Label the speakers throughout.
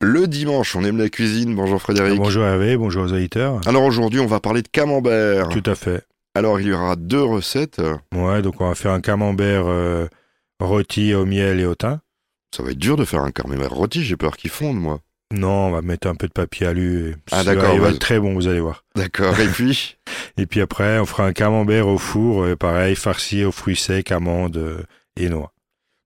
Speaker 1: le dimanche, on aime la cuisine. Bonjour Frédéric.
Speaker 2: Bonjour Hervé, bonjour aux auditeurs.
Speaker 1: Alors aujourd'hui, on va parler de camembert.
Speaker 2: Tout à fait.
Speaker 1: Alors il y aura deux recettes.
Speaker 2: Ouais, donc on va faire un camembert euh, rôti au miel et au thym.
Speaker 1: Ça va être dur de faire un camembert rôti, j'ai peur qu'il fonde moi.
Speaker 2: Non, on va mettre un peu de papier alu. Et
Speaker 1: Ah,
Speaker 2: ça
Speaker 1: d'accord,
Speaker 2: va- Il va
Speaker 1: vas-y.
Speaker 2: être très bon, vous allez voir.
Speaker 1: D'accord. Et puis,
Speaker 2: Et puis après, on fera un camembert au four, euh, pareil, farci aux fruits secs, amandes euh, et noix.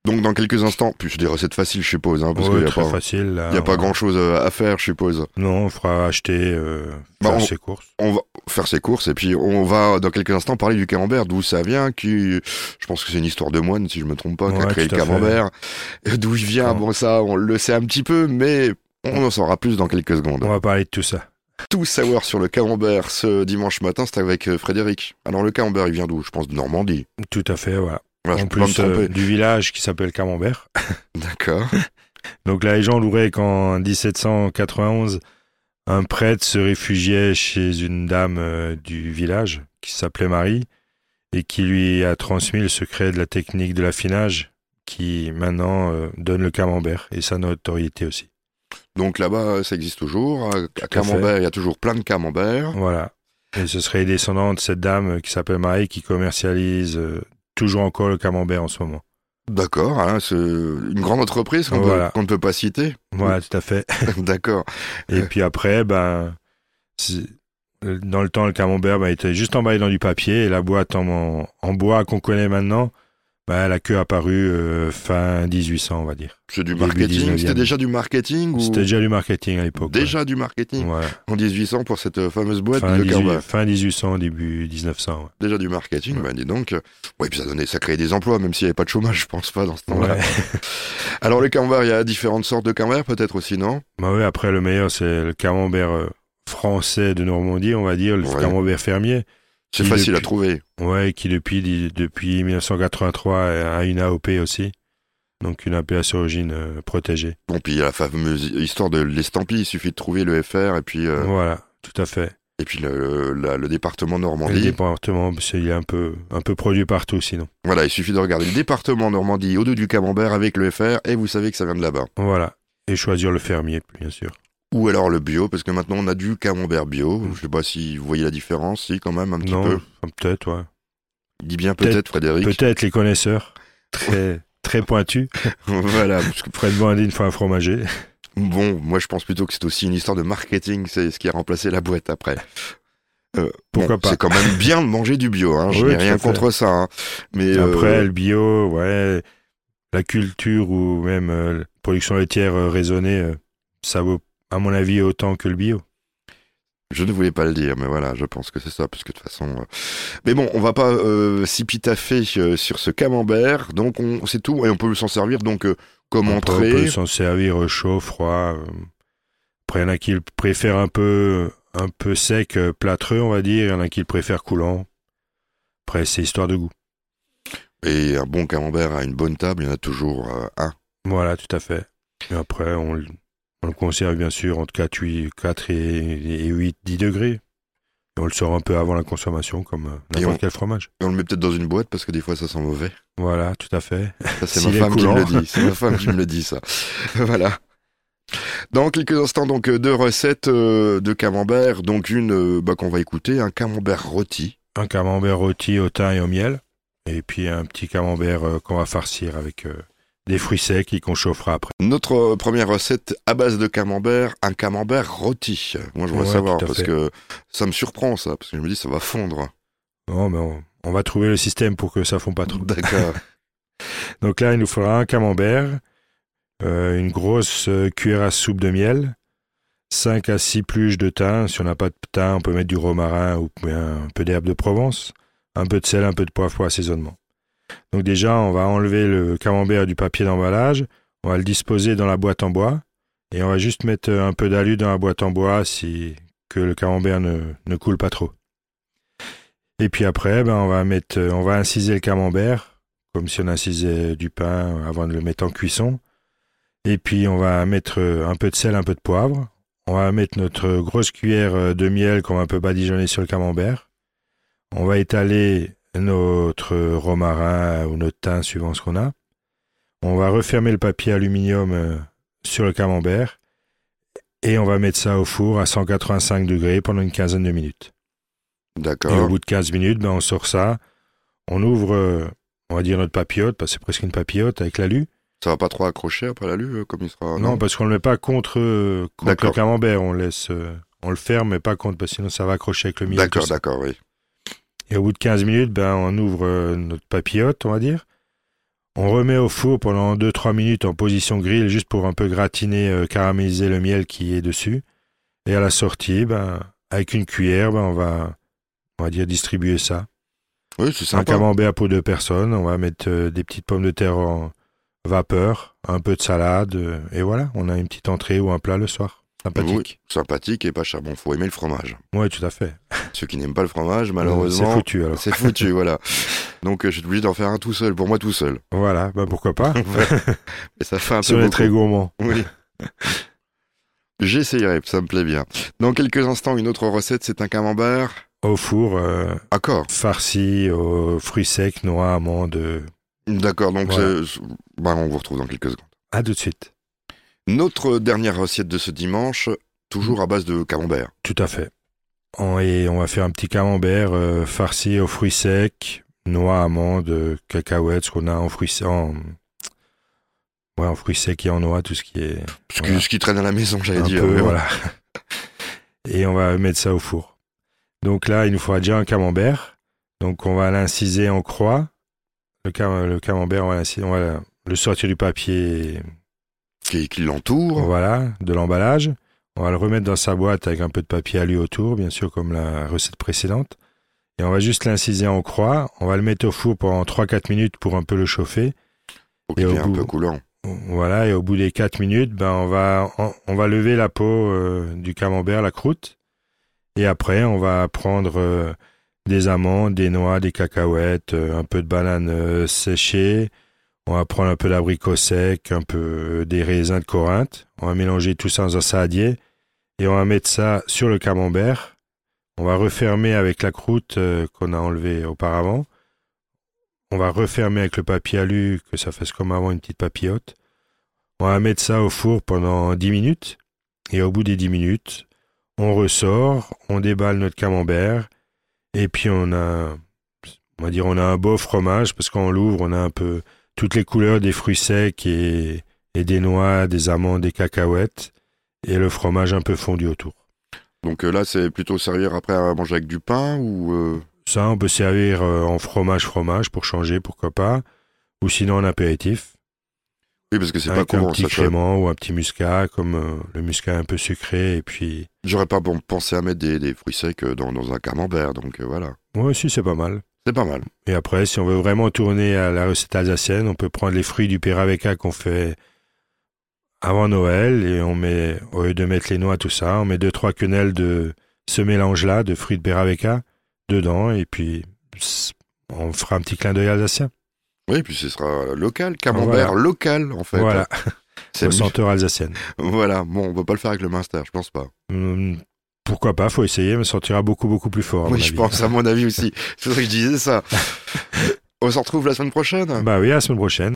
Speaker 1: donc dans quelques instants, puis c'est des recettes faciles, je suppose, hein, parce
Speaker 2: Ouais,
Speaker 1: qu'il n'y a,
Speaker 2: très
Speaker 1: pas,
Speaker 2: facile. Ah, là.
Speaker 1: il y a pas
Speaker 2: On-
Speaker 1: grand-chose euh, à à faire, je suppose.
Speaker 2: Non, on fera acheter, euh,
Speaker 1: Bah,
Speaker 2: faire
Speaker 1: on-
Speaker 2: ses courses.
Speaker 1: On va faire ses courses et puis on va dans quelques instants parler du camembert, d'où ça vient, qui, je pense que c'est une histoire de moine si je me trompe pas, qui a
Speaker 2: Ouais,
Speaker 1: créé le
Speaker 2: tout à fait.
Speaker 1: camembert, d'où il vient,
Speaker 2: Bon.
Speaker 1: bon ça on le sait un petit peu, mais on en saura plus dans quelques secondes.
Speaker 2: On va parler de tout ça.
Speaker 1: Tout savoir sur le camembert ce dimanche matin, c'est avec euh, Frédéric. Alors le camembert il vient d'où Je pense de Normandie.
Speaker 2: Tout à fait, voilà.
Speaker 1: Voilà, je
Speaker 2: en
Speaker 1: peux pas me
Speaker 2: plus euh,
Speaker 1: tromper.
Speaker 2: du village qui s'appelle Camembert.
Speaker 1: D'accord.
Speaker 2: Donc la légende aurait qu'en 1791, un prêtre se réfugiait chez une dame euh, du village qui s'appelait Marie et qui lui a transmis le secret de la technique de l'affinage qui maintenant euh, donne le camembert et sa notoriété aussi.
Speaker 1: Donc là-bas ça existe toujours. À, à
Speaker 2: à fait.
Speaker 1: camembert il y a toujours plein de camemberts.
Speaker 2: Voilà. Et ce serait les descendants de cette dame euh, qui s'appelle Marie qui commercialise euh, toujours encore le camembert en ce moment.
Speaker 1: D'accord, hein, c'est une grande entreprise qu'on peut-
Speaker 2: Voilà.
Speaker 1: qu'on ne peut pas citer.
Speaker 2: Voilà, tout à fait.
Speaker 1: D'accord.
Speaker 2: Et puis après, ben, c'est- dans le temps, le camembert ben, était juste emballé dans du papier et la boîte en, en bois qu'on connaît maintenant, ben, elle a que apparu euh, fin 1800, on va dire.
Speaker 1: C'est du
Speaker 2: Début
Speaker 1: marketing.
Speaker 2: 19e.
Speaker 1: C'était déjà du marketing ou
Speaker 2: C'était déjà du marketing à l'époque.
Speaker 1: déjà du
Speaker 2: ouais.
Speaker 1: marketing
Speaker 2: Ouais.
Speaker 1: en 1800 pour cette euh, fameuse boîte
Speaker 2: Fin,
Speaker 1: de
Speaker 2: 18
Speaker 1: Carver.
Speaker 2: fin 1800, début 1900. ouais.
Speaker 1: Déjà du marketing,
Speaker 2: Ouais.
Speaker 1: ben dis donc. Oui, puis ça donnait, ça créait des emplois, même s'il n'y avait pas de chômage, je pense pas dans ce temps-là.
Speaker 2: Ouais.
Speaker 1: Alors le camembert, il y a différentes sortes de camembert, peut-être aussi, non
Speaker 2: Bah ouais, après, le meilleur, c'est le camembert euh, français de Normandie, on va dire, le
Speaker 1: Ouais.
Speaker 2: camembert fermier.
Speaker 1: C'est
Speaker 2: Qui
Speaker 1: facile à
Speaker 2: depuis-
Speaker 1: trouver.
Speaker 2: Ouais, qui depuis, depuis 1983 a une AOP aussi. Donc une appellation origine euh, protégée.
Speaker 1: Bon, puis il y a la fameuse histoire de l'estampille. Il suffit de trouver le FR et puis euh,
Speaker 2: Voilà, tout à fait.
Speaker 1: et puis le, la- le département
Speaker 2: Et le
Speaker 1: Normandie.
Speaker 2: département, parce qu'il est un peu, un peu produit partout sinon.
Speaker 1: Voilà, il suffit de regarder le département Normandie au dos du camembert avec le FR et vous savez que ça vient de là-bas.
Speaker 2: Voilà. Et choisir le fermier, bien sûr.
Speaker 1: Ou alors le bio, parce que maintenant on a du camembert bio. Je sais pas si vous voyez la différence, si quand même un petit
Speaker 2: Mm. non,
Speaker 1: peu.
Speaker 2: enfin, peut-être, ouais.
Speaker 1: Dis bien
Speaker 2: Peut-être-
Speaker 1: peut-être Frédéric.
Speaker 2: Peut-être les connaisseurs, très, très pointus.
Speaker 1: voilà. parce que-
Speaker 2: Fred Blandine fois un fromager.
Speaker 1: Bon, moi je pense plutôt que c'est aussi une histoire de marketing, c'est ce qui a remplacé la boîte après. Euh,
Speaker 2: Pourquoi
Speaker 1: bon,
Speaker 2: pas.
Speaker 1: C'est quand même bien de manger du bio, hein. je
Speaker 2: Oui,
Speaker 1: n'ai
Speaker 2: tout
Speaker 1: rien
Speaker 2: à fait.
Speaker 1: contre ça. hein. Mais
Speaker 2: Et
Speaker 1: euh,
Speaker 2: Après, le bio, ouais, la culture ou même euh, la production laitière euh, raisonnée, euh, ça vaut, à mon avis, autant que le bio.
Speaker 1: je ne voulais pas le dire, mais voilà, je pense que c'est ça, parce que de toute façon. euh, Mais bon, on va pas euh, s'y pitaffer euh, sur ce camembert, donc on c'est tout, et on peut s'en servir donc euh, comme
Speaker 2: On peut- On peut
Speaker 1: entrée.
Speaker 2: s'en servir euh, chaud, froid. euh. Après, il y en a qui le préfèrent un peu, un peu sec, euh, plâtreux, on va dire. Il y en a qui le préfèrent coulant. Après, c'est histoire de goût.
Speaker 1: Et un bon camembert à une bonne table, il y en a toujours euh, un.
Speaker 2: Voilà, tout à fait. Et après, on, le- on le conserve, bien sûr, entre 4, 8, 4 et, 8, 10 degrés. Et on le sort un peu avant la consommation, comme euh,
Speaker 1: Et
Speaker 2: n'importe
Speaker 1: on-
Speaker 2: quel fromage.
Speaker 1: Et on le met peut-être dans une boîte, parce que des fois ça sent mauvais.
Speaker 2: Voilà, tout à fait.
Speaker 1: Ça, c'est
Speaker 2: S'il
Speaker 1: ma
Speaker 2: est
Speaker 1: femme qui me le
Speaker 2: coulant.
Speaker 1: dit. C'est ma femme qui me le dit, ça. voilà. Dans quelques instants, donc, euh, deux recettes euh, de camembert. Donc, une euh, bah, qu'on va écouter, un camembert rôti.
Speaker 2: Un camembert rôti au thym et au miel. Et puis un petit camembert euh, qu'on va farcir avec euh, des fruits secs et qu'on chauffera après.
Speaker 1: Notre euh, première recette à base de camembert, un camembert rôti. Moi, je voudrais
Speaker 2: Ouais,
Speaker 1: savoir,
Speaker 2: tout à
Speaker 1: parce
Speaker 2: fait.
Speaker 1: que ça me surprend, ça. Parce que je me dis, ça va fondre.
Speaker 2: Non, mais ben, on, on va trouver le système pour que ça fonde pas trop.
Speaker 1: D'accord.
Speaker 2: Donc là, il nous faudra un camembert, euh, une grosse euh, cuillère à soupe de miel, 5 à 6 pluches de thym. Si on n'a pas de thym, on peut mettre du romarin ou bien un peu d'herbe de Provence, un peu de sel, un peu de poivre pour assaisonnement. Donc déjà, on va enlever le camembert du papier d'emballage, on va le disposer dans la boîte en bois et on va juste mettre euh, un peu d'alu dans la boîte en bois si que le camembert ne, ne coule pas trop. Et puis après, ben, on va mettre, on va inciser le camembert comme si on incisait du pain avant de le mettre en cuisson. Et puis on va mettre euh, un peu de sel, un peu de poivre. On va mettre notre grosse cuillère euh, de miel qu'on va un peu badigeonner sur le camembert. On va étaler notre euh, romarin ou notre thym suivant ce qu'on a. On va refermer le papier aluminium euh, sur le camembert Et on va mettre ça au four à 185 degrés pendant une quinzaine de minutes. Et au
Speaker 1: D'accord.
Speaker 2: bout de 15 minutes, ben, on sort ça. On ouvre, euh, on va dire, notre papillote, parce que c'est presque une papillote avec l'alu.
Speaker 1: Ça va pas trop accrocher après la lue, euh, comme il sera.
Speaker 2: non, parce qu'on ne le met pas contre, euh, contre
Speaker 1: D'accord.
Speaker 2: le camembert. On, laisse, euh, on le ferme, mais pas contre, parce que sinon ça va accrocher avec le milieu.
Speaker 1: D'accord,
Speaker 2: tout ça.
Speaker 1: d'accord, oui.
Speaker 2: Et au bout de 15 minutes, ben, on ouvre euh, notre papillote, on va dire. On remet au four pendant 2-3 minutes en position grille, juste pour un peu gratiner, euh, caraméliser le miel qui est dessus. Et à la sortie, ben, avec une cuillère, ben, on va, on va dire, distribuer ça.
Speaker 1: Oui, c'est
Speaker 2: Un
Speaker 1: sympa.
Speaker 2: camembert pour deux personnes. On va mettre euh, des petites pommes de terre en vapeur, un peu de salade. euh, et voilà, on a une petite entrée ou un plat le soir. Sympathique.
Speaker 1: Sympathique et pas cher. Bon, faut aimer le fromage.
Speaker 2: Oui, tout à fait.
Speaker 1: Ceux qui n'aiment pas le fromage,
Speaker 2: Euh, C'est
Speaker 1: malheureusement,
Speaker 2: foutu alors.
Speaker 1: c'est foutu, voilà. Donc, euh, je suis obligé d'en faire un tout seul, pour moi tout seul.
Speaker 2: Voilà, ben, pourquoi pas.
Speaker 1: Et ça fait un
Speaker 2: si
Speaker 1: peu
Speaker 2: on est
Speaker 1: beaucoup.
Speaker 2: très gourmand.
Speaker 1: Oui. J'essayerai, ça me plaît bien. Dans quelques instants, une autre recette, c'est un camembert.
Speaker 2: Au four, euh,
Speaker 1: Accord.
Speaker 2: farci aux fruits secs, noix, amandes. euh.
Speaker 1: D'accord, donc
Speaker 2: Voilà.
Speaker 1: c'est- bah, on vous retrouve dans quelques secondes.
Speaker 2: À tout de suite.
Speaker 1: Notre dernière recette de ce dimanche, toujours à base de camembert.
Speaker 2: Tout à fait. On, et on va faire un petit camembert euh, farci aux fruits secs, noix, amandes, euh, cacahuètes, ce qu'on a en fruits secs. En... Ouais, en fruits secs et en noix, tout ce qui est.
Speaker 1: Ce, que-
Speaker 2: Voilà.
Speaker 1: ce qui traîne à la maison, j'allais
Speaker 2: un
Speaker 1: dire.
Speaker 2: peu,
Speaker 1: Mais bon.
Speaker 2: voilà. Et on va mettre ça au four. Donc là, il nous faudra déjà un camembert. Donc on va l'inciser en croix. Le, cam- le camembert, on va, l'inciser- on va le sortir du papier,
Speaker 1: Qui, qui l'entoure.
Speaker 2: voilà, de l'emballage. On va le remettre dans sa boîte avec un peu de papier alu autour, bien sûr, comme la recette précédente. Et on va juste l'inciser en croix. On va le mettre au four pendant 3-4 minutes pour un peu le chauffer.
Speaker 1: Faut qu'il
Speaker 2: Et au
Speaker 1: est un
Speaker 2: bout-
Speaker 1: peu coulant.
Speaker 2: Voilà, et au bout des 4 minutes, ben on, va, on, on va lever la peau euh, du camembert, la croûte. Et après, on va prendre euh, des amandes, des noix, des cacahuètes, euh, un peu de banane euh, séchée. On va prendre un peu d'abricot sec, un peu euh, des raisins de Corinthe. On va mélanger tout ça dans un saladier. Et on va mettre ça sur le camembert. On va refermer avec la croûte euh, qu'on a enlevée auparavant. On va refermer avec le papier alu, que ça fasse comme avant une petite papillote. On va mettre ça au four pendant 10 minutes. Et au bout des 10 minutes, on ressort, on déballe notre camembert. Et puis on a, on va dire, on a un beau fromage parce qu'on l'ouvre, on a un peu toutes les couleurs des fruits secs et, et des noix, des amandes, des cacahuètes. Et le fromage un peu fondu autour.
Speaker 1: Donc euh, là, c'est plutôt servir après à manger avec du pain ou. euh,
Speaker 2: Ça, on peut servir euh, en fromage-fromage pour changer, pourquoi pas. Ou sinon en apéritif.
Speaker 1: Oui, parce que c'est pas
Speaker 2: avec un
Speaker 1: courant.
Speaker 2: petit
Speaker 1: ça, ça-
Speaker 2: crément ou un petit muscat, comme euh, le muscat un peu sucré. Et puis,
Speaker 1: J'aurais pas bon, pensé à mettre des, des fruits secs euh, dans, dans un camembert, donc euh, voilà.
Speaker 2: moi aussi, c'est pas mal.
Speaker 1: C'est pas mal.
Speaker 2: Et après, si on veut vraiment tourner à la recette alsacienne, on peut prendre les fruits du Péraveca qu'on fait avant Noël et on met, au lieu de mettre les noix, tout ça, on met deux, trois quenelles de ce mélange-là, de fruits de Péraveca, dedans et puis pss, on fera un petit clin d'œil alsacien.
Speaker 1: Oui, puis ce sera local, camembert
Speaker 2: Voilà.
Speaker 1: local, en fait.
Speaker 2: voilà,
Speaker 1: C'est
Speaker 2: aux senteurs alsaciennes.
Speaker 1: Voilà, bon, on peut pas le faire avec le Munster, je pense pas.
Speaker 2: Hum, Pourquoi pas, faut essayer, mais sortira beaucoup, beaucoup plus fort. à mon
Speaker 1: oui, je
Speaker 2: avis.
Speaker 1: pense, à mon avis aussi. C'est pour ça que je disais ça. on se retrouve la semaine prochaine
Speaker 2: Bah oui, à la semaine prochaine.